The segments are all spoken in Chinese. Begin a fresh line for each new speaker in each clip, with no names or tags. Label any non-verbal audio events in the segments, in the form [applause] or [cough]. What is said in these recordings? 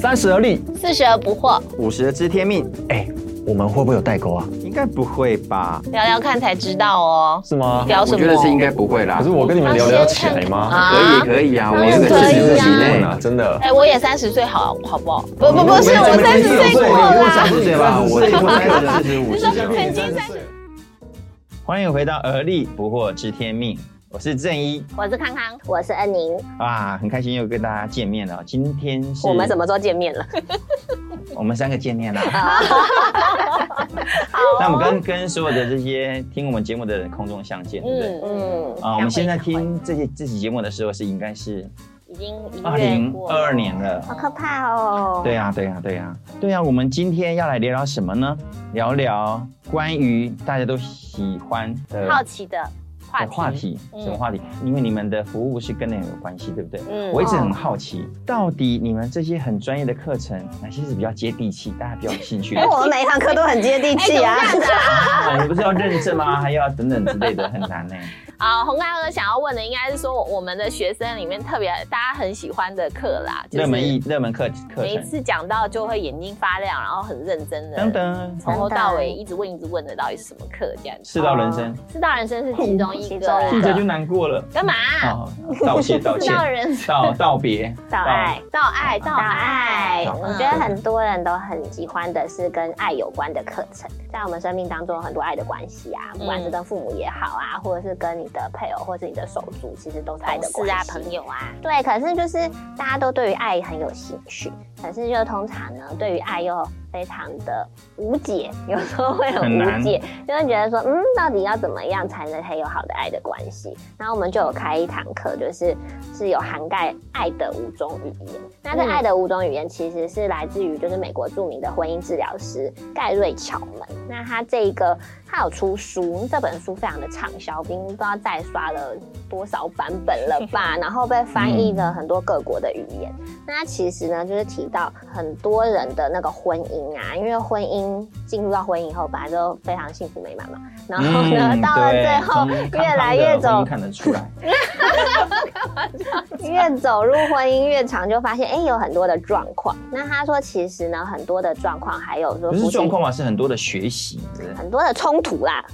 三十而立，
四十而不惑，
五十知天命，
哎，我们会不会有代沟啊？
应该不会吧？
聊聊看才知道哦。
是吗？
聊什
我
么？
觉得是应该不会啦
可是。我跟你们聊聊起来吗？
啊
可以可以啊，我
当然
这个
可
四
以
十
啊
几内
啊，真的。
哎、我也三十岁，好好不好？不不不是，
你
我
们
三十岁过
我
啦
三。十岁吧， [laughs] 我过三十五
你
十
说。曾经三十，
欢迎回到而立不惑知天命，我是正一
我是康康，
我是恩宁，
啊，很开心又跟大家见面了。今天是
我们什么时候见面了？
我们三个见
[laughs]
面了。 [laughs] 那
啊
我们跟跟所有的这些听我们节目的人空中相见，对不对？
嗯嗯，
嗯，
啊，我们现在听这些这期节目的时候是应该是
已经一
二
月
零
过了
二二年了。
好可怕哦。
对呀、对呀、对呀、对呀、我们今天要来聊聊什么呢？聊聊关于大家都喜欢的
好奇的话
的
题，
话题，
嗯
什么话题？因为你们的服务是跟那个有关系，对不对？
嗯
我一直很好奇，到底你们这些很专业的课程，哪些是比较接地气，大家比较有兴趣的
因为？我们每一堂课都很接地气
哎
啊。 [laughs]
啊，你不是要认证吗？还要等等之类的，很难呢、
啊，洪大哥想要问的应该是说，我们的学生里面特别大家很喜欢的课啦，就
热门
是
一热门课课
每一
程，
次讲到就会眼睛发亮，然后很认真的，
等等，
从头到尾一直问一直问的到底是什么课这样子。
世道人生，
四道人生是其中一个啦，
哦
记着就难过了。
干嘛？
啊，道歉道
四道
歉，
人
道
[laughs]
道别，
道爱，
到爱到
到爱
爱，，
我觉得很多人都很喜欢的是跟爱有关的课程，在我们生命当中有很多爱的关系啊，不
嗯
管是跟父母也好啊，或者是跟你的配偶或是你的手足，其实都是爱的
同事
关系
啊朋友啊。
对，可是就是大家都对于爱很有兴趣，可是就通常呢，对于爱又非常的无解，有时候会很
很难
无解，就会觉得说，嗯，到底要怎么样才能很有好的爱的关系？然后我们就有开一堂课，就是是有涵盖爱的五种语言。那这
嗯
爱的五种语言其实是来自于就是美国著名的婚姻治疗师盖瑞巧门。那他这一个他有出书，这本书非常的畅销，已经不知道再刷了多少版本了
[laughs]
吧，然后被翻译了很多各国的语言。那它其实呢，就是提到很多人的那个婚姻啊，因为婚姻进入到婚姻以后，本来就非常幸福美满嘛，然后呢，
嗯
到了
对
最后
从康康
越来
的
越
婚姻
走
看得出
[laughs]
来，
越走入婚姻越长，就发现哎、诶有很多的状况。那他说，其实呢，很多的状况还有说
不
夫
是
妻
状况嘛，是很多的学习。
很多的冲突啦，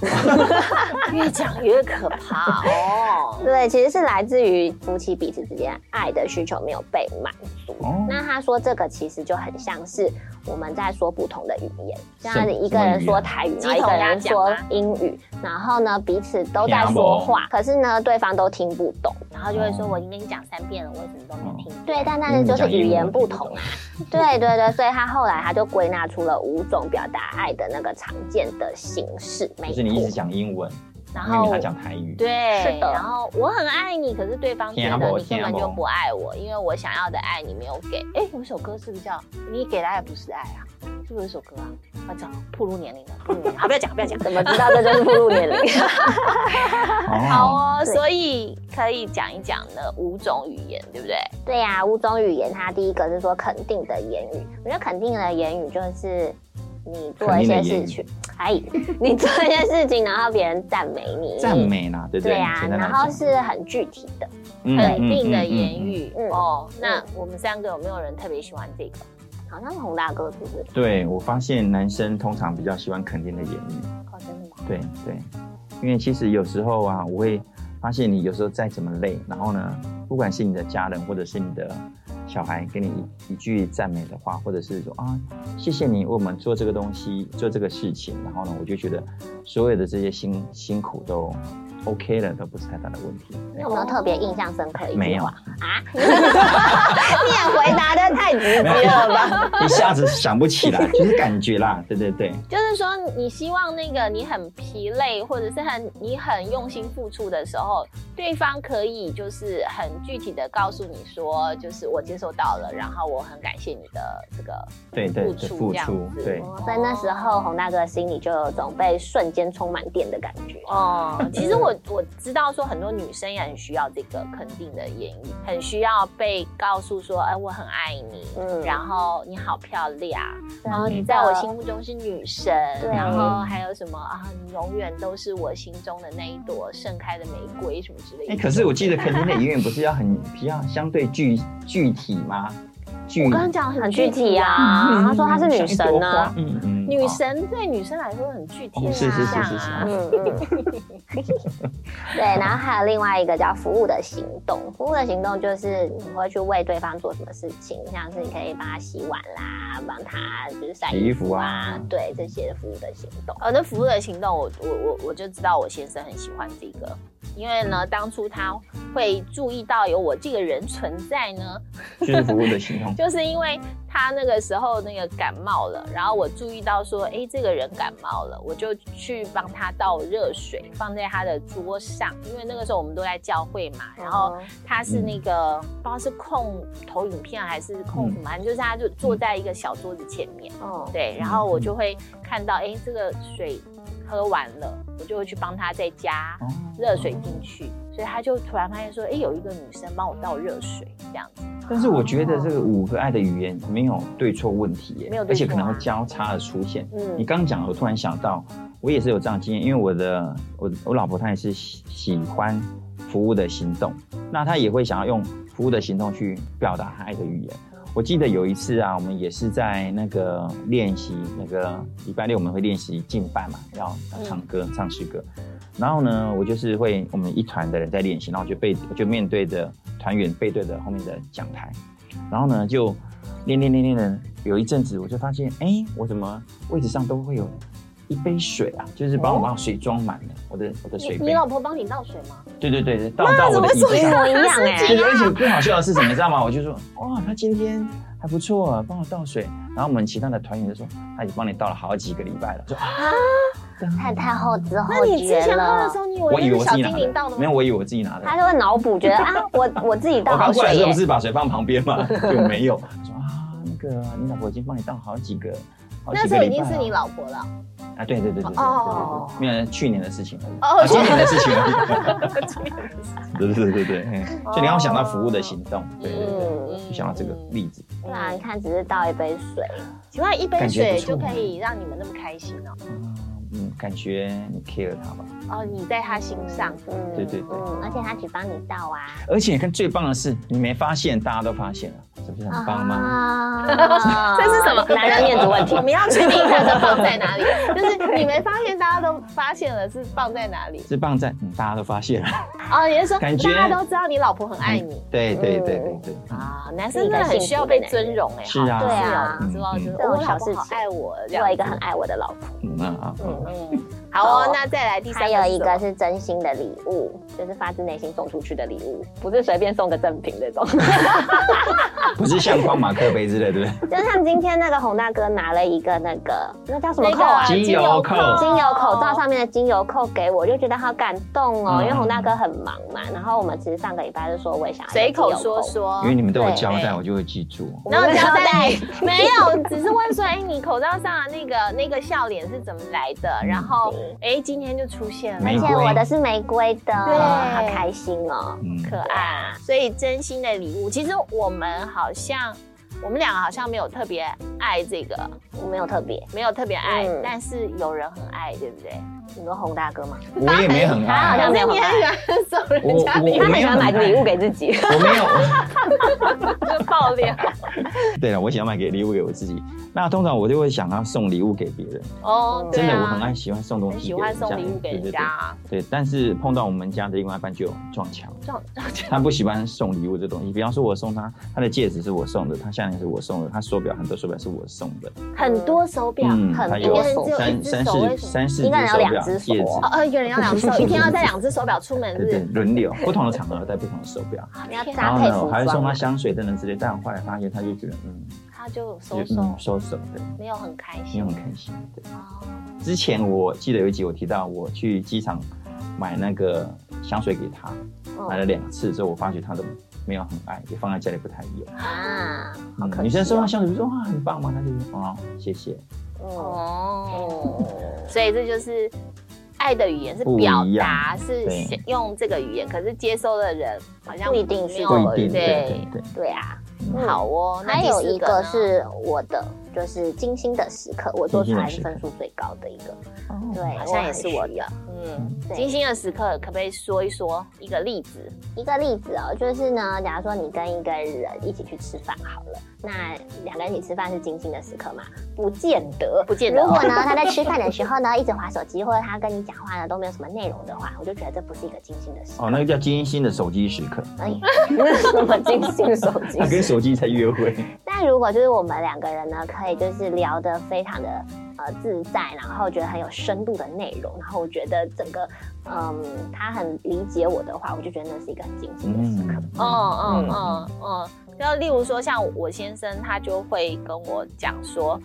越讲越可怕哦。
对，其实是来自于夫妻彼此之间爱的需求没有被满足。
哦
那他说这个其实就很像是我们在说不同的语言，
什
像
么
一个人说台语，
什么语
然
言
后一个人
鸡同
说
鸭讲啊
英语，然后呢彼此都在说话，可是呢对方都听不懂。
然后就会说，我已经跟你讲三遍了，我为什么都没听？
对，但但是就是语言不同
嗯
啊。对对对，所以他后来他就归纳出了五种表达爱的那个常见的形式。没
就是你一直
错，
讲英文，
然
因为
后
他讲台语。
对，
是的
然后我很爱你，可是对方觉
听
得
啊不
你根
听啊
本
不
就不爱我，因为我想要的爱你没有给。哎，有一首歌是不是叫《你给的爱不是爱》啊？是不是有一首歌啊？我讲暴露年龄了，暴露年龄。好，不要讲，不要讲。
怎么知道这就是步入年龄？
好
哦，
哦，
对
所以可以讲一讲那五种语言，对不对？
对啊呀、五种语言，它第一个是说肯定的言语。我觉得肯定的言语就是你做一些事情，哎，你做一些事情，然后别人赞美你，
赞美啦，对不
对
对？
呀、
简单来
然后
讲嗯
是很具体的。
肯定的言。
嗯嗯嗯嗯嗯
语
嗯
哦。那
嗯
我们三个有没有人特别喜欢这个？
好像是洪大哥是不是？
对，我发现男生通常比较喜欢肯定的言语。
哦，真的吗？
对对，因为其实有时候啊，我会发现你有时候再怎么累，然后呢，不管是你的家人或者是你的小孩，给你一一句赞美的话，或者是说啊，谢谢你为我们做这个东西，做这个事情，然后呢，我就觉得所有的这些辛辛苦都 OK 了，都不是太大的问题。
你有没有特别印象深刻的一
没
句
有
话啊？你也回答的太直接了吧？
[laughs] 一下子想不起来，就是感觉啦，对对对，
就是说，你希望那个你很疲累，或者是很你很用心付出的时候，对方可以就是很具体的告诉你说，就是我接受到了，然后我很感谢你的这个
对对对，
付出
付
这样
出，
子
对，
所以哦那时候洪大哥心里就有种被瞬间充满电的感觉。
哦，
[laughs]
其实我我知道说很多女生也很需要这个肯定的言语，很需要被告诉说，哎，我很爱你，
嗯
然后你好漂亮，
然后
你
你
在我心目中是女神，
对
然后还有什么啊，你永远都是我心中的那一朵盛开的玫瑰
[laughs]
什么之类
哎，
的。
可是我记得肯定的演员不是要很比较相对具具体吗？具
我刚刚讲得
很
很
具
具
体
体啊，
啊。他说她是女神呢、
啊，嗯嗯，
女
好
神对女生来说很具体
哦
啊，
是是是是是
嗯嗯，
[laughs]
对，然后还有另外一个叫服务的行动，服务的行动就是你会去为对方做什么事情，像是你可以帮他洗碗啦，帮他就是晒
洗
衣
衣服
服啊
啊，
对，这些服务的行动。
呃，那服务的行动我，我我我就知道我先生很喜欢这个，因为呢，当初他会注意到有我这个人存在呢，，
就是服务的行动
[laughs] 就是因为他那个时候那个感冒了，然后我注意到说，哎，这个人感冒了，我就去帮他倒热水放在他的桌上，因为那个时候我们都在教会嘛，
哦
然后他是那个、不知道是控投影片还是控什么，反正就是他就坐在一个小桌子前面。
哦，
嗯
对，然后我就会看到，哎，这个水喝完了，我就会去帮他再加
哦
热水进去，所以他就突然发现说，哎，有一个女生帮我倒热水，这样子，
但是我觉得这个五个爱的语言没有对错问题耶，
没有对
而且
错
可能
啊
会交叉的出现。你
嗯，
刚讲，我突然想到，我也是有这样的经验，因为我的我我老婆她也是喜喜欢服务的行动，那她也会想要用服务的行动去表达她爱的语言。我记得有一次啊，我们也是在那个练习，那个礼拜六我们会练习敬拜嘛，要要唱歌、唱诗歌。然后呢，我就是会我们一团的人在练习，然后我就背我就面对着团员背对着后面的讲台，然后呢就练练练练练，有一阵子我就发现，哎，我怎么位置上都会有一杯水啊？就是把我把水装满了，我的我的
哦
水
你
杯
你，老婆帮你倒水吗？
对对对，对倒到我的椅子
一
上。
模一样哎、
就是而且更好笑的是什么，你知道吗？我就说，哇，他今天还不错啊，帮我倒水。然后我们其他的团员就说，他已经帮你倒了好几个礼拜了。说啊，
太太后知
那
后
你之
觉
前喝的
了
时。候，你以
我
为
以
那是
为我
小
自己
精
拿
灵倒的
的，
吗？
没有，我以为我自己拿的。
他就会脑补，觉得啊，我我自己倒
我
好
刚过来
水
的时候
耶
不，是把水放旁边
[laughs]
嘛，就没有。我说啊，那个你老婆已经帮你倒好几个，好
那
几
时候
个礼
已
拜
经是你
了
老婆了，
啊，对对对对对对
哦
对，对没有去年的事情而已，
哦
啊
去
今年的事情而已。 [laughs] 对对对对对，嗯所以你要想到服务的行动，对对对，
嗯
就想到这个例子。
对啊，你看只是倒一杯水，
请问一杯
感觉
水
不错啊
就可以让你们那么开心哦？
嗯，感觉你 care 他吧。
哦，你在他心上，
嗯
对对对
嗯，而且他只帮你倒啊，
而且你看最棒的是，你没发现，大家都发现了，是不是很棒吗？
[laughs] 啊
这是什么？
男人面子问
[laughs]
题
我。们要确定一下这放在
[laughs]
哪里。就是你没发现，大家都发现了是放在哪里
是棒在，嗯，大家都发现了。
哦，也就是说，
感觉嗯
大家都知道你老婆很爱你。
[laughs] 对对对对对，
啊，男生真的很需要被尊荣哎、
是啊
好重要
对啊
你知道就是
嗯
嗯
哦我老婆好爱我，这样
做
子
一个很爱我的老婆。
嗯啊，嗯
嗯，好哦，那再来第三
还
个是什么，
有一个是真心的礼物，就是发自内心送出去的礼物，不是随便送个赠品这 [laughs] 种。
啊不是像光马克杯之类，对不
[laughs]
对？
就像今天那个洪大哥拿了一个那个那叫什么
那
扣啊？
个
精油扣
精油口罩上面的精油扣给我，就觉得好感动哦，
嗯
因为洪大哥很忙嘛。然后我们其实上个礼拜就说我也想要一个
随口
精油
说
[laughs]
说
因。为你们都有
对
交代，
哦对
我就会记住。
扣，
然后
我们
交
没有
[laughs]
代没有，只是问说，哎、你口罩上的那个那个笑脸是怎么来的？
嗯
然后，哎、今天就出现了，
玫
而
瑰
且我的是玫瑰的，
对
好开心哦。
嗯，
可爱，所以真心的礼物，其实我们好像，我们两个好像没有特别爱这个，
我没有特别，
没有特别爱，
嗯
但是有人很爱，对不对？
你说洪大哥吗？
我也没很
他好
爱
像
啊，
没有
可是你很喜欢送人家礼
我
他
物
很喜欢买个礼物给自 [laughs] 己。
我没有。 [laughs]
就 [laughs] 爆料
对了，我想要买给礼物给我自己。那通常我就会想要送礼物给别人，
哦，对
真
啊
的我很爱喜欢送东
很
西，
喜欢送礼物给人
对对
家啊，
对对，但是碰到我们家的另外一半就撞墙，
这样这样
他不喜欢送礼物这东西。比方说，我送他他的戒指是我送的，他项链是我送的，他手表很多手表是我送的，
很多手表，
嗯，
啊很
他
一个人
有
只有
一
三
只
三
手为
四
什么
三四
一
只
个人有
手
两
表
只手
戒
哦
指
哦，，呃，有人要两只手，一天要带两只手表出门，是啊
对
不
对，
是？
轮流不同的场合戴不同的手表。
你要
然
[laughs] 搭
后
配
呢，
服
我还会送
装
他
嘛，
香水等等之类，但我后来发现他就觉得嗯，
他就收
就
手，
嗯收手，对，
没有很开
没
心
有。很开心，对。
哦
之前我记得有一集我提到，我去机场买那个香水给他，
哦嗯
买了两次之后，我发觉他都没有很爱，也放在家里不太用。
啊，
嗯女生收到香水就说哇啊很棒吗？他就说啊谢谢，
嗯，
哦，所以这就是爱的语言是
不一
表
样
达，是
对
想用这个语言，可是接收的人好像
不一定是
没有
不一定，
对
对对对。
对啊。
嗯
好哦，那
还有
第四
一个
呢
是我的，就是精心的时刻，我做出
精
来是
心的时刻
分数最高的一个。
哦
对，
嗯好像也是我
很需要
的。嗯，
对
金星的时刻可不可以说一说一个例子？
一个例子哦，就是呢，假如说你跟一个人一起去吃饭好了，那两个人一起吃饭是精心的时刻嘛？不见得，
不见得哦
如果
[laughs]
呢，他在吃饭的时候呢，一直划手机，或者他跟你讲话呢都没有什么内容的话，我就觉得这不是一个精心的时刻。
哦，那个叫精心的手机时刻，
[laughs] 哎，什么精心手
[laughs]
机？
他跟手机在约会，
那如果就是我们两个人呢，可以就是聊得非常的呃自在，然后觉得很有深度的内容，然后我觉得整个嗯他很理解我的话，我就觉得那是一个很精心的时刻。
嗯
嗯，
嗯
嗯
嗯嗯，就例如说，像我先生他就会跟我讲说，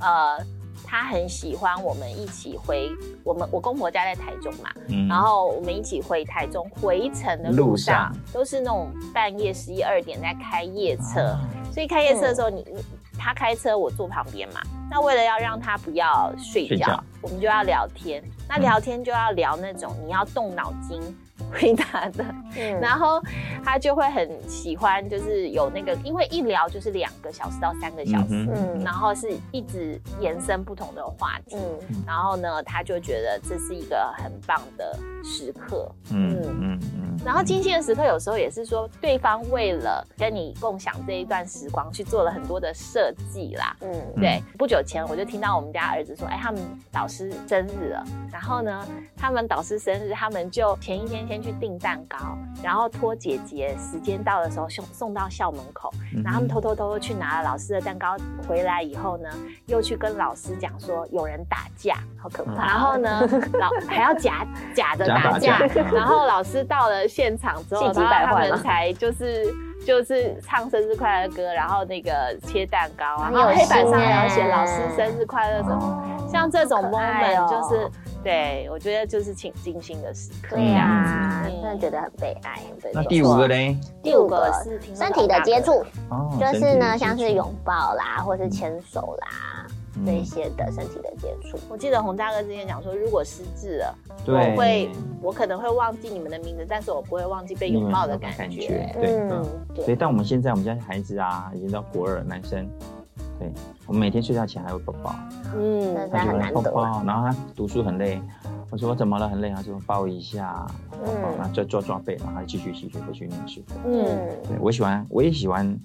呃，他很喜欢我们一起回我们我公婆家在台中嘛，
嗯
然后我们一起回台中回程的
路
路
上
上，都是那种半夜十一二点在开夜车，
啊
所以开夜车的时候，你你他开车，我坐旁边嘛。那为了要让他不要睡觉，
睡觉
我们就要聊天。那聊天就要聊那种你要动脑筋回答的，
嗯
然后他就会很喜欢，就是有那个，因为一聊就是两个小时到三个小时，
嗯哼
嗯
然后是一直延伸不同的话题。
嗯
然后呢，他就觉得这是一个很棒的时刻。
嗯嗯嗯，
然后金星的时刻有时候也是说，对方为了跟你共享这一段时光，去做了很多的设计啦。
嗯
嗯
对，不久前我就听到我们家儿子说，哎，他们导师生日了。然后呢，他们导师生日，他们就前一天先去订蛋糕，然后托姐姐时间到的时候送送到校门口，
嗯
然后他们偷偷偷偷去拿了老师的蛋糕回来以后呢，又去跟老师讲说有人打架，
好可怕。
然后呢，
[laughs]
老还要假假的
假
打
打
架
架，
然后老师到了现场之后，
气急
然后
败
他
坏
们
嘛
才就是就是唱生日快乐歌，然后那个切蛋糕啊，
很
然后
有
黑板
心
上
耶
还要写老师生日快乐什么，
哦
像这种
好可爱
moment
哦
就是、对我觉得就是挺精心的时刻。
对呀、啊
嗯
真的觉得很悲哀，很悲
那
哀。
第五个嘞，
第五
个
个
是听说
身体的接触，
哦，
就是呢，
身体的接触
像是拥抱啦，或是牵手啦，
嗯
这些的身体的接触。
我记得洪大哥之前讲说，如果失智了，
对
我会我可能会忘记你们的名字，但是我不会忘记被拥
嗯
抱的感觉。
对，
嗯，
所以
对，
但我们现在我们家孩子啊，已经到国二，男生，对我们每天睡觉前还会抱抱，
真
嗯
的
他就
很
会
难
抱
得。
抱，然后他读书很累，我说我怎么了很累，他说抱一下，抱抱，然后再抓抓背，然后继续继续回去念书。
嗯，
嗯，
对我喜欢，我也喜欢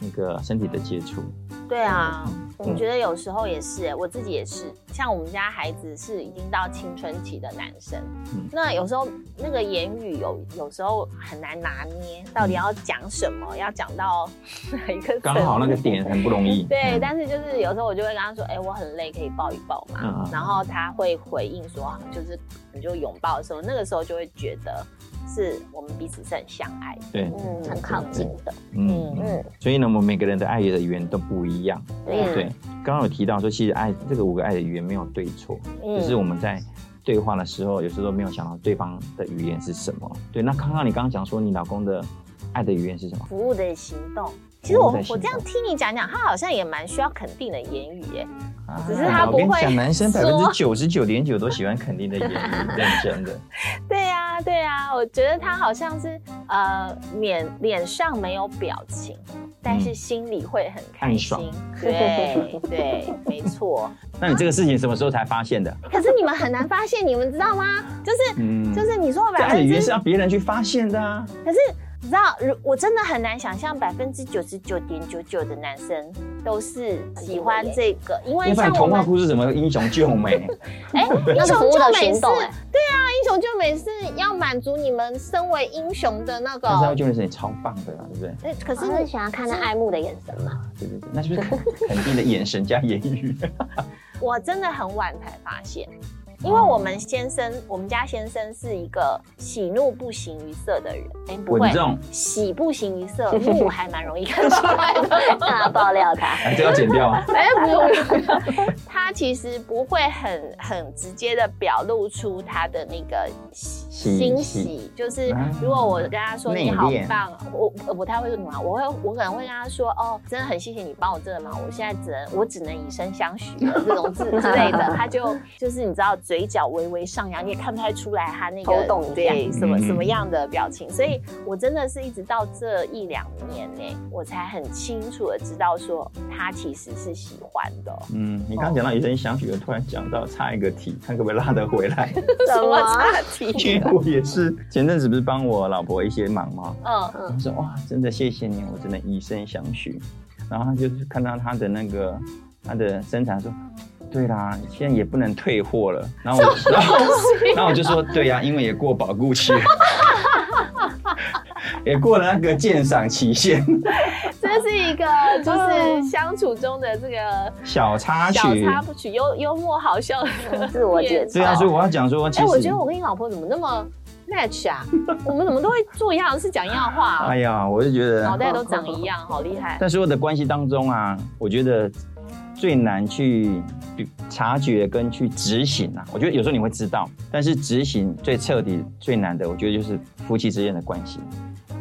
那个身体的接触，
对啊。
嗯
我觉得有时候也是、欸，我自己也是，像我们家孩子是已经到青春期的男生，
嗯
那有时候那个言语有有时候很难拿捏，到底要讲什么，要讲到哪一个
刚好那个
程度
点很不容易。
对，
嗯
但是就是有时候我就会跟他说，哎、我很累，可以抱一抱嘛。
嗯嗯
然后他会回应说，就是你就拥抱的时候，那个时候就会觉得是我们彼此是很相爱的。
对，
嗯，很靠近的。
嗯
嗯
嗯，所以呢，我们每个人的爱的语言都不一样。
对
对，刚刚有提到说，其实爱这个五个爱的语言没有对错，
嗯
只是我们在对话的时候，有时候没有想到对方的语言是什么。对，那康康，你刚刚讲说你老公的爱的语言是什么？
服务的行动，其实我
服务的行动
我这样听你讲讲，他好像也蛮需要肯定的言语耶。
啊
只是他不会
我跟你讲，男生百分
说
之九十九点九都喜欢肯定的言语，认真的。
对啊，对啊，我觉得他好像是呃，脸脸上没有表情，但是心里会很开
嗯
心
暗爽。 [laughs]
对对，没错。
那你这个事情什么时候才发现的？
可是你们很难发现，你们知道吗？就是
嗯，
就是你说
这
百
爱的
分
语言
之
是要别人去发现的啊。
可是你知道，如我真的很难想象百分之九十九点九九的男生都是喜欢这个，因为
要不
像
然
我
你童话
们
故事怎么英雄救美？
[laughs] 哎，英
那是服
雄
务
救
的
美
行
是，
动哎
对啊，英雄救美是要满足你们身为英雄的那
但是他
个
会。救美是你超棒的啊，对不对？
哎可
我
是
是喜欢看他爱慕的眼神 [laughs] 嘛。
对对对，那就是肯肯定的眼神加言语。
我真的很晚才发现，因为我们先生，我们家先生是一个喜怒不形于色的人。哎， [laughs] 不
稳
会
重，
喜不形于色，怒还蛮容易看出来的。
[laughs] 啊，爆料他。
[laughs]
哎，这要剪掉啊。
哎，不用不用。他其实不会很很直接的表露出他的那个
喜
欣喜，就是
啊
如果我跟他说
内
你好
敛
棒，我呃我不太会说你好，我会我可能会跟他说哦，真的很谢谢你帮我这个忙，我现在只能我只能以身相许了这种之之类
[laughs]
的，他就就是你知道嘴角微微上扬，你也看不太出来他那个
抽动一下
对什么
嗯
什么样的表情，所以我真的是一直到这一两年呢，我才很清楚的知道说他其实是喜欢的，哦
嗯，你刚刚讲到以身相许，我突然讲到差一个题，看可不可以拉得回
[laughs]
来。
什么啊
差
因
[laughs]
题？
为我也是前阵子不是帮我老婆一些忙吗？
嗯
嗯
我说哇，真的谢谢你，我真的以身相许。然后他就是看到他的那个他的身材说，对啦，现在也不能退货了。然后我，然后，然后我就说，对呀、因为也过保固期了， [laughs] 也过了那个鉴赏期限，
这是一个
嗯
就是相处中的这个
小插
小
曲。
插曲，幽幽默好笑的
嗯自我解嘲
对啊，所以我要讲说，其
哎、
实，
我觉得我跟你老婆怎么那么 match 啊？我们怎么都会做一样的事，讲一样的话、啊
哎呀，我就觉得
脑袋都长一样，好厉
[laughs]
害！
在所有的关系当中啊，我觉得最难去比察觉跟去执行啊。我觉得有时候你会知道，但是执行最彻底、最难的，我觉得就是夫妻之间的关系。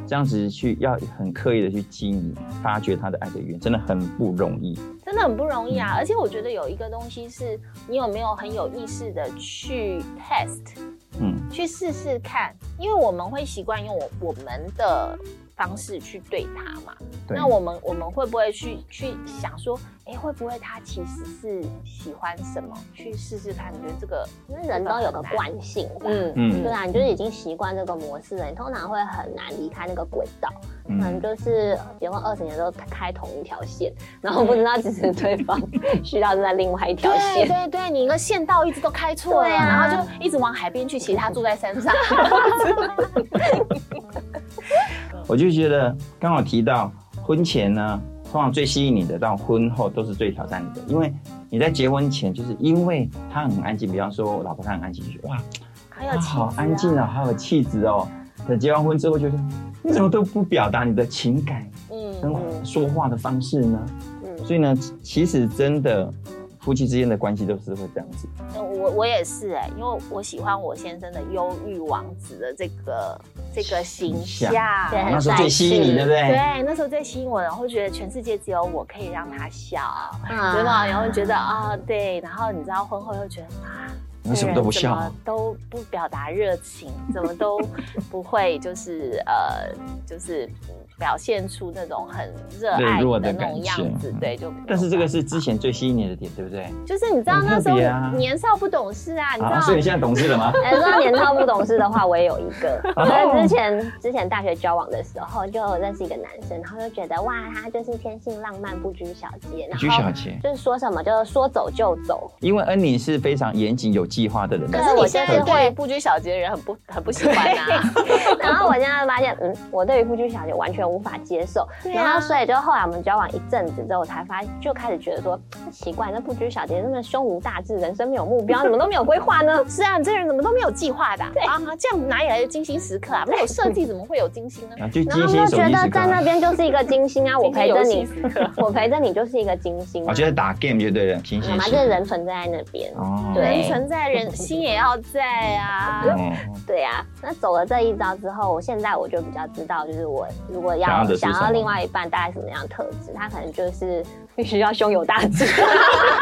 这样子去要很刻意的去经营，发掘他的爱的源，真的很不容易。
真的很不容
嗯
易啊！而且我觉得有一个东西是你有没有很有意识的去 test，
嗯，
去试试看，因为我们会习惯用我我们的方式去对他嘛。
对。
那我们我们会不会去去想说，哎、会不会他其实是喜欢什么？去试试看，你觉得这个，
因为人都有个惯性吧。
嗯
嗯
对啊，你就是已经习惯这个模式了，你通常会很难离开那个轨道。可能
嗯，
就是结婚二十年都开同一条线，然后不知道其实对方 [laughs] 需要是在另外一条
对
[laughs] 线。
对对，你一个县道一直都开错了，
对啊
然后就一直往海边去，其实他住在山 [laughs] 上。
我就觉得刚好提到婚前呢，通常最吸引你的到婚后都是最挑战你的，因为你在结婚前就是因为他很安静，比方说我老婆她很安静，就觉得哇，
还
啊
有
好安静
啊，
哦，好有气质哦。等结完婚之后，就是你怎么都不表达你的情感跟
嗯，
说话的方式呢？
嗯，
所以呢，其其实真的夫妻之间的关系都是会这样子。
我我也是哎、因为我喜欢我先生的忧郁王子的这个这个形
形
象，
对很
那时候最吸引你，对不对？
对，那时候最吸引我的，我会觉得全世界只有我可以让他笑，对
对
吧？然后觉得啊、对，然后你知道婚后又觉得啊，
你为什么都不笑
这个人
啊？
怎么都不表达热情，怎么
[laughs]
都不会就是呃，就是表现出那种很热爱
热络的
那种
感觉嗯
样子，对，就啊
但是这个是之前最吸引你的点，对不对？
就是你知道
很
那时
特别啊
候年少不懂事啊，你知
啊，所以你
道。
现在懂事了
[laughs]
吗？
哎，说到年少不懂事的话，我也有一
[laughs]
个。
哦
我之前之前大学交往的时候，就有认识一个男生，然后就觉得哇，他就是天性浪漫，不拘小节，然
居小
后
姐，
就是说什么就是说走就
[laughs]
走。
因为恩妮是非常严谨、有计划的人。
可是
我
你
就
现在
是
对不拘小节的人很不很不喜欢啊，
然后我现在发现，嗯，我对于不拘小节完全无法接受。
对啊
然后所以就后来我们交往一阵子之后，我才发就开始觉得说，啊奇怪，那不拘小节那么胸无大志，人生没有目标，怎么都没有规划呢？
[laughs] 是啊，你这人怎么都没有计划的啊啊？这样哪里来的精心时刻啊？没有设计怎么会有 [laughs] 精心呢？ [laughs]
然后就
然
金
后
星
就
手
觉
机时
得
刻
在那
啊，
边就是一个金星啊，我陪着
精
你
心嗯游戏时 [laughs] 刻，
我陪着你就是一个金星啊
我，觉得打 game 哦就对了，金
妈
星
妈
时
这
刻。
人存在在那边。
哦
对
人存在，人心也要在啊。
哦，
对啊，那走了这一招之后，我现在我就比较知道，就是我如果要
想要的是
想
什
要
么
另外一半大概什么样的特质，他可能就是必须要胸有大志， [laughs] 没有啊啦，他可能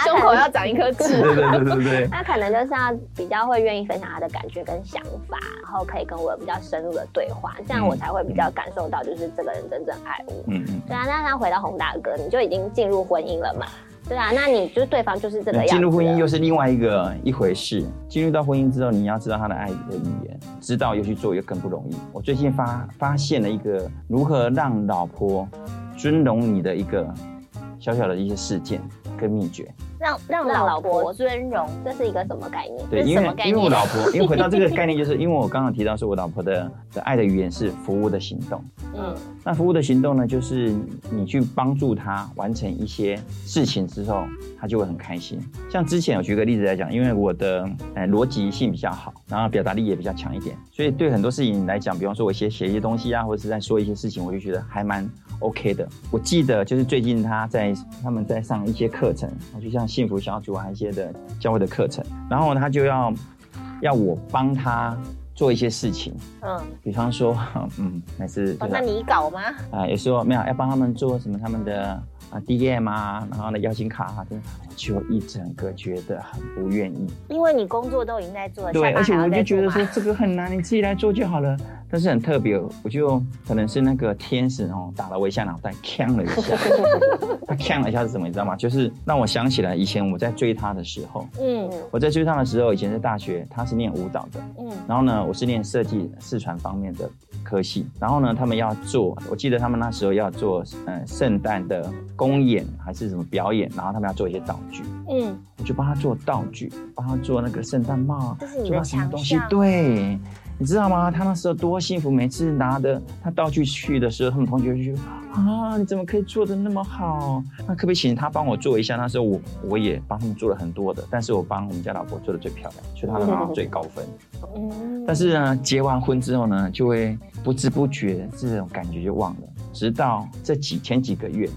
[laughs] 胸口要长一颗痣。
对对对对对。
他可能就是要比较会愿意分享他的感觉跟想法，然后可以跟我有比较深入的对话，这样我才会比较感受到就是这个人真正爱我。
嗯嗯。
对啊，那他回到宏大哥，你就已经进入婚姻了嘛？对啊，那你就是对方就是这个样子了。
进入婚姻又是另外一个一回事。进入到婚姻之后，你要知道他的爱的语言，知道又去做又更不容易。我最近发发现了一个如何让老婆尊荣你的一个小小的一些事件跟秘诀。
让让
让
老
老婆
婆尊荣。
这是一个什么概念？
对，
这是
因为
什么概
因为
念
我老婆，因为回到这个
[laughs]
概念，就是因为我刚刚提到说，我老婆的的爱的语言是服务的行动。
嗯，
那服务的行动呢，就是你去帮助他完成一些事情之后，他就会很开心。像之前我举个例子来讲，因为我的呃逻辑性比较好，然后表达力也比较强一点，所以对很多事情来讲，比方说我写写一些东西啊，或者是在说一些事情，我就觉得还蛮 OK 的。我记得就是最近他在他们在上一些课程，就像幸福小组啊一些的教会的课程，然后他就要要我帮他做一些事情，
[laughs] 嗯，
比方说， [laughs] 嗯，每次
哦
就，
那
是
你搞吗？
啊、有时候没有要帮他们做什么他们的啊 DM 啊，然后呢邀请卡啊，等等就一整个觉得很不愿意。
因为你工作都已经在做了，
对，
下班
而且
还要
我就
再
觉得
做
说
嘛
这个很难，你自己来做就好了。但是很特别，哦我就可能是那个天使哦，打了我一下脑袋，呛了一下。他呛了一下是什么，你知道吗？就是让我想起来以前我在追他的时候，
嗯
我在追他的时候，以前在大学，他是念舞蹈的，
嗯
然后呢，我是念设计视传方面的科系，然后呢，他们要做，我记得他们那时候要做，呃，圣诞的公演还是什么表演，然后他们要做一些道具，
嗯，
我就帮他做道具，帮他做那个圣诞帽，啊
这是你的
做到什么
强
东西
项，，
对，你知道吗？他那时候多幸福，每次拿的他道具去的时候，他们同学就说啊，你怎么可以做的那么好？那可不可以请他帮我做一下？那时候我我也帮他们做了很多的，但是我帮我们家老婆做的最漂亮，所以她拿到最高分。
嗯，
但是呢，结完婚之后呢，就会不知不觉这种感觉就忘了，直到这几前几个月，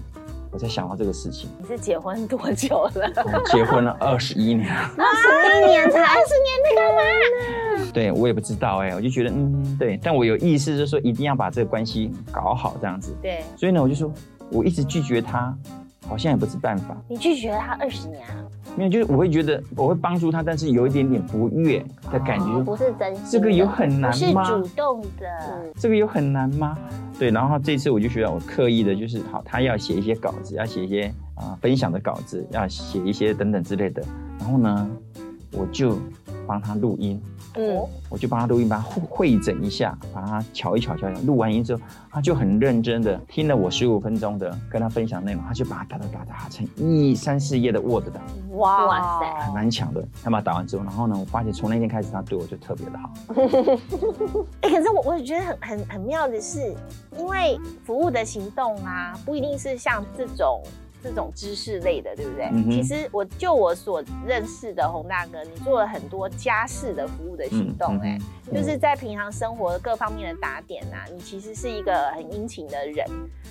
我才想到这个事情。
你是结婚多久了？
我结婚了二十一年。
一年才
二十年那个吗？
对我也不知道哎、我就觉得嗯，对，但我有意识，就是说一定要把这个关系搞好这样子。
[laughs] 对
所以呢，我就说我一直拒绝他，好像也不是办法，
你拒绝了他二十年啊？
因为就是我会觉得我会帮助他，但是有一点点不悦的感觉，
哦不是真心的，嗯
这个有很
不
难
哦是
吗
主？动的，
这个有很难吗？对，然后这次我就觉得我刻意的，就是好，他要写一些稿子，要写一些啊、分享的稿子，要写一些等等之类的。然后呢，我就帮他录音，
嗯
我就帮他录音，把它会会诊一下，把它瞧一瞧，瞧一瞧。录完音之后，他就很认真的听了我十五分钟的跟他分享内容，他就把它打打打打成一三四页的 Word 档，
哇
哇
很
塞！
难抢的。他把它打完之后，然后呢，我发现从那天开始，他对我就特别的好。
哎，可是我我觉得很很很妙的是，因为服务的行动啊，不一定是像这种。这种知识类的，对不对？
嗯哼
其实我就我所认识的洪大哥，你做了很多家事的服务的行动、哎、
嗯嗯
就是在平常生活各方面的打点啊，你其实是一个很殷勤的人，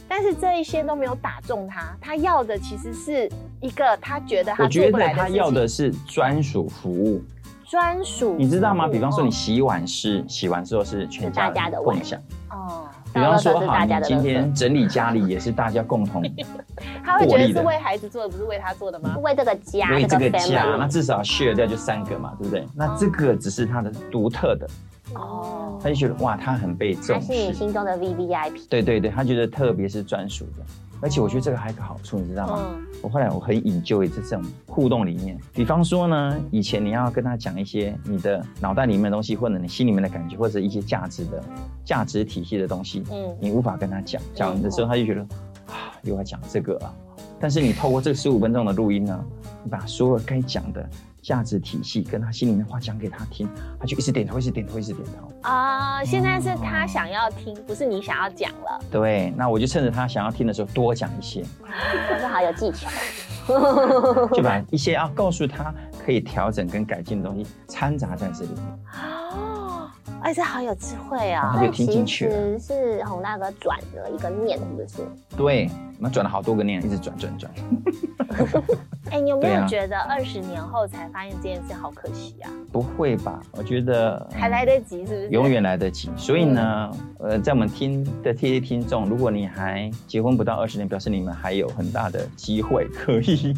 但是这一些都没有打中他，他要的其实是一个他觉得
我
他做
觉
不
得
来的
他
事
要
情
的是专属服务，
专属，
你知道吗？比方说你洗碗是洗完之后是全家
是大家的
人
碗
共享，
哦，
比方说
大家的是
好，
大
你
家的
今
垃圾
天整理家里也是大家共同
他会觉
获
得
利
是
的
为孩子做的，不是为他做的吗？
为这个家，
为这个家，
family，
那至少 share 掉就三个嘛，对不对？那这个只是他的独特的，
哦
他就觉得哇，他很被重
他是你
视。
心中的 V V I P。 [laughs]
对对对，他觉得特别是专属的。而且我觉得这个还有一个好处，你知道吗？
嗯
我后来我很 enjoy 这种互动里面，比方说呢，以前你要跟他讲一些你的脑袋里面的东西，或者你心里面的感觉，或者一些价值的价值体系的东西，
嗯，
你无法跟他讲，讲的时候他就觉得
哦
啊，又要讲这个啊。但是你透过这十五分钟的录音呢，你把所有该讲的价值体系跟他心里面话讲给他听，他就一直点头，一直点头，一直点头。
啊，现在是他想要听，不是你想要讲了。
对，那我就趁着他想要听的时候多讲
[laughs]
一些，
真是好有技巧。
就把一些要告诉他可以调整跟改进的东西掺杂在这里。
哦，哎，这好有智慧啊！
[laughs] 他就听进去了
但其实是洪大哥转了一个念，是不是？
对，那转了好多个念，一直转转转。
哎，你有没
对
有
啊
觉得二十年后才发现这件事好可惜啊？
不会吧？我觉得嗯
还来得及，是不是？
永远来得及。所以呢，
嗯
呃，在我们听的这些听众，如果你还结婚不到二十年，表示你们还有很大的机会可
[laughs]
以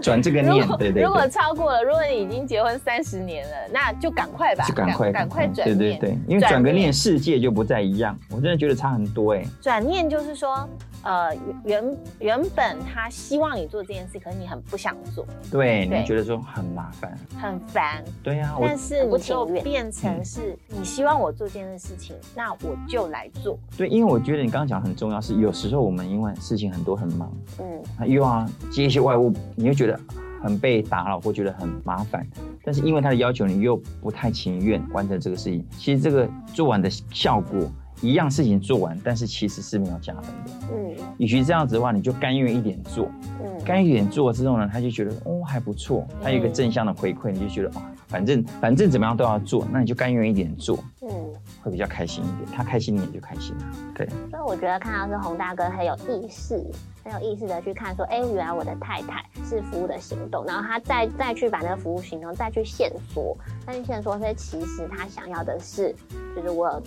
转这个
如
念，
果
对对
如果
对。
超过了，如果你已经结婚三十年了，那就赶快吧，
就赶快
赶快转
对
念，
对对，因为转个念，世界就不再一样。我真的觉得差很多哎、
转念就是说，呃，原原本他希望你做这件事，可是你很不想做，
对，你
对
会觉得说很麻烦。
很烦，
对呀、啊，
但
我嗯
是
很不
你就
情愿
变成是你希望我做这件事情，那我就来做。
对，因为我觉得你刚刚讲得很重要，是有时候我们因为事情很多很忙，
嗯，
那又要接一些外务，你会觉得很被打扰，或觉得很麻烦。但是因为他的要求，你又不太情愿完成这个事情。其实这个做完的效果，一样事情做完，但是其实是没有加分的。
嗯
与其这样子的话，你就甘愿一点做，
嗯，嗯
甘愿一点做之后呢，他就觉得哦还不错，他有一个正向的回馈，你就觉得哇、反正反正怎么样都要做，那你就甘愿一点做，
嗯，
会比较开心一点。他开心你也就开心了。对，
所以我觉得看到是洪大哥很有意识，很有意识的去看说，哎，原来我的太太是服务的行动，然后他再再去把那个服务行动再去线索，再去线索，所以其实他想要的是，就是我有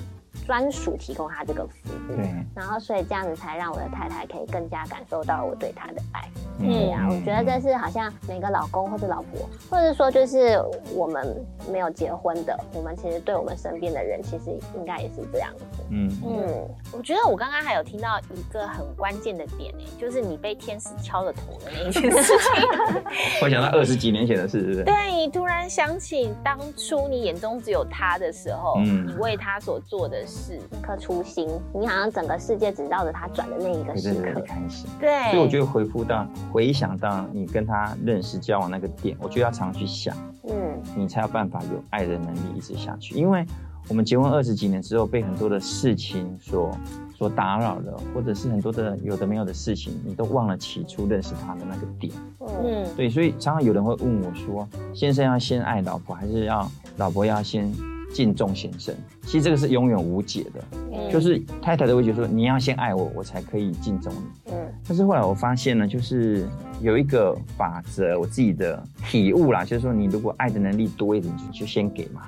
专属提供他这个服务，
对，
然后所以这样子才让我的太太可以更加感受到我对她的爱。
嗯
对啊，我觉得这是好像每个老公或者老婆，或者说就是我们没有结婚的，我们其实对我们身边的人，其实应该也是这样子。
嗯
嗯，
我觉得我刚刚还有听到一个很关键的点呢、欸就是你被天使敲了头的那一件事
[laughs]
情。
我想到二十几年前的事，是不是？
对你突然想起当初你眼中只有他的时候，
嗯
你为他所做的事，
那颗初心，你好像整个世界只绕着他转的那一个
我
时
真的
刻
很。开心。
对，
所以我觉得回复到回想到你跟他认识交往那个点，我觉得要常去想，
嗯
你才有办法有爱的能力一直下去。因为我们结婚二十几年之后，被很多的事情所所打扰了，或者是很多的有的没有的事情，你都忘了起初认识他的那个点。
嗯
嗯，
对，所以常常有人会问我说，先生要先爱老婆，还是要老婆要先敬重先生？其实这个是永远无解的，
嗯，
就是太太都会觉得说，你要先爱我，我才可以敬重你。
嗯
但是后来我发现呢，就是有一个法则，我自己的体悟啦，就是说你如果爱的能力多一点，就就先给嘛。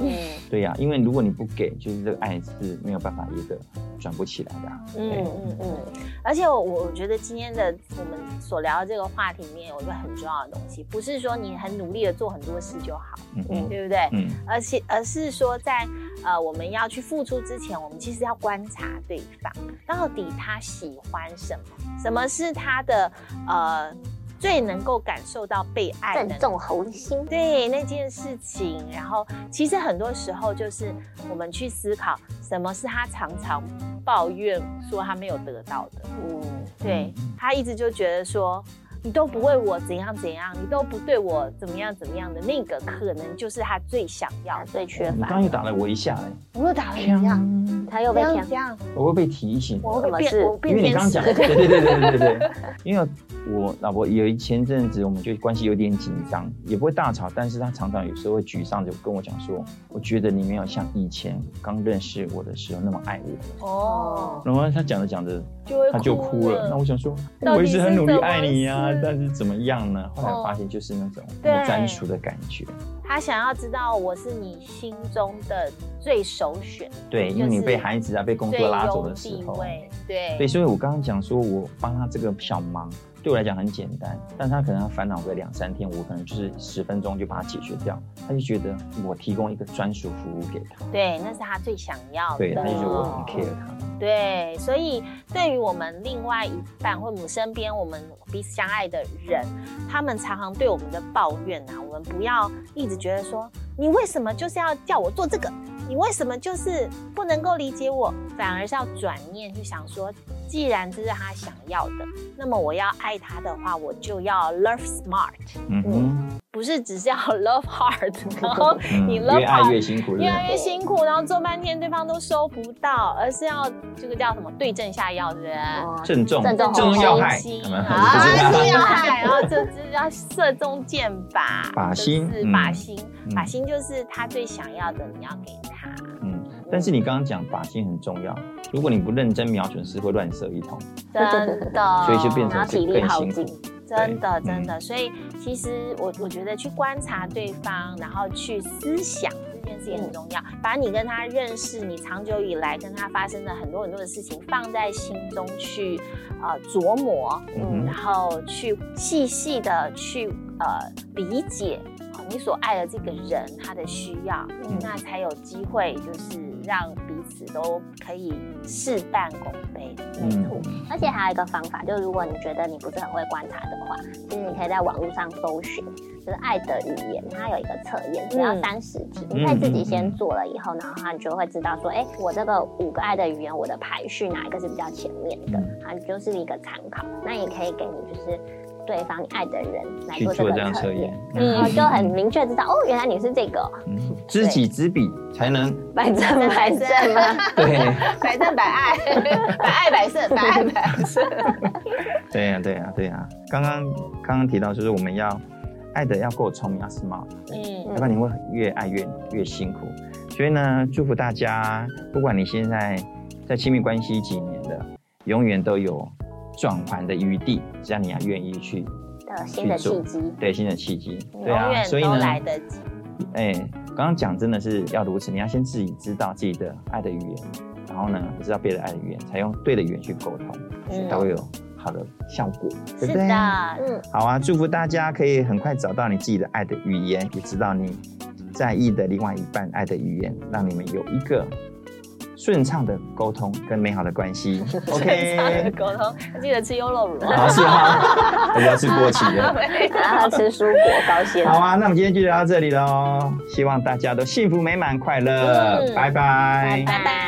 嗯
对呀、因为如果你不给，就是这个爱是没有办法一个转不起来的啊、
嗯
嗯嗯
而且我我觉得今天的我们所聊的这个话题里面有一个很重要的东西，不是说你很努力的做很多事就好，
嗯嗯
对不对？
嗯，
而且而是说在呃我们要去付出之前，我们其实要观察对方到底他喜欢什么，什么是他的呃最能够感受到被爱
正
的
中红心。
对那件事情，然后其实很多时候就是我们去思考什么是他常常抱怨说他没有得到的，
嗯
对他一直就觉得说，你都不为我怎样怎样，你都不对我怎么样怎么样的那个，可能就是他最想要
啊，
的。
最缺
你刚
乏
刚。又打了我一下嘞、
我又打了
一样他又
我
被
被
骗
这，样，
我会被提醒的。
我
什么
会变，
事
我
因
变
为你
天
刚刚
使
讲，。对对对对对对，因 [laughs] 为我老婆有一前阵子我们就关系有点紧张，也不会大吵，但是她常常有时候会沮丧，就跟我讲说，我觉得你没有像以前刚认识我的时候那么爱我。
哦，
然后她讲着讲着，
就会
她就哭了。那我想说，
到底
我一直很努力爱你呀、
是怎么
但是怎么样呢？后来
哦
发现就是那种
对
很专属的感觉。
他想要知道我是你心中的最首选、
对，因为你被孩子啊、被工
最
作拉走
优
的时
地
候，
位，对
对，所以我刚刚讲说，我帮他这个小忙，对我来讲很简单，但他可能要烦恼个两三天，我可能就是十分钟就把它解决掉，他就觉得我提供一个专属服务给他，
对，那是他最想要的。
对，他就觉得我很
哦
care 他，
对，所以对于我们另外一半或我们身边我们彼此相爱的人，他们常常对我们的抱怨啊，我们不要一直觉得说你为什么就是要叫我做这个，你为什么就是不能够理解我，反而是要转念去想说，既然这是他想要的，那么我要爱他的话，我就要 love smart，
嗯哼，
不是只是要 [laughs] love hard，然
[laughs]
后你
嗯
love
越爱
hard
越辛苦，
越
对不
来
对
越辛苦，然后做半天对方都收不到，而是要这个叫什么对症下药，是不是？
哦
正中
正中
中要害，
心
有没有
啊，
不
[laughs]
是
是要害，然后这这要射中箭靶，
靶心
就是
嗯
靶心，
嗯
靶心就是他最想要的，你要给
[laughs]
他。
嗯，但是你刚刚讲靶心很重要，如果你不认真瞄准，是会乱射一通，
真的，
所以就变
然
成
后
是
体力
更
耗
辛
尽
苦，
真的
对嗯
真的，所以其实我我觉得去观察对方，然后去思想这件事也很
嗯
重要，把你跟他认识，你长久以来跟他发生的很多很多的事情放在心中去呃琢磨，
嗯
然
哼，
后去细细的去呃理解哦你所爱的这个人他的需要，
嗯
那才有机会就是让彼此都可以事半功倍。
嗯
没错。而且还有一个方法，就是如果你觉得你不是很会观察的话，其实你可以在网络上搜寻，就是爱的语言，它有一个测验，只要
嗯
三十题，
嗯
你可以自己先做了以后，然后你就会知道说，哎，我这个五个爱的语言，我的排序哪一个是比较前面的，
嗯
啊，就是一个参考。那也可以给你就是对方你爱的人来
去
做这
做
个
这样测
测验
验。，
嗯
[laughs]
然后就很明确知道哦，原来你是这个
嗯知己知彼才能
摆正摆正吗？
对。
百战百 [laughs] 爱，百爱百胜，百爱百胜。
对呀、对呀、对呀、刚刚刚刚提到，就是我们要爱的要够聪明，要 smart，
嗯
要不然你会越爱越越辛苦。所以呢，祝福大家，不管你现在在亲密关系几年的，永远都有转换的余地，只要你还愿意去
的新的
去做
契机，
对新的契机。
嗯永
对啊，
远
所以
都
呢，
来得及。
哎，刚刚讲真的是要如此，你要先自己知道自己的爱的语言，然后呢，知道别人的爱的语言，才用对的语言去沟通，
嗯
才会有好的效果，对
是
不对？
的，
嗯，
好啊，祝福大家可以很快找到你自己的爱的语言，也知道你在意的另外一半爱的语言，让你们有一个顺畅的沟通跟美好的关系。
[laughs] 正常的
OK，
沟通，记得吃优酪乳哦。
好，是 [laughs] 好，我要吃过期
[laughs]
了。
然后吃蔬果高纤。
好啊，那我们今天就聊到这里喽，希望大家都幸福美满、快乐，
嗯
拜拜
拜拜。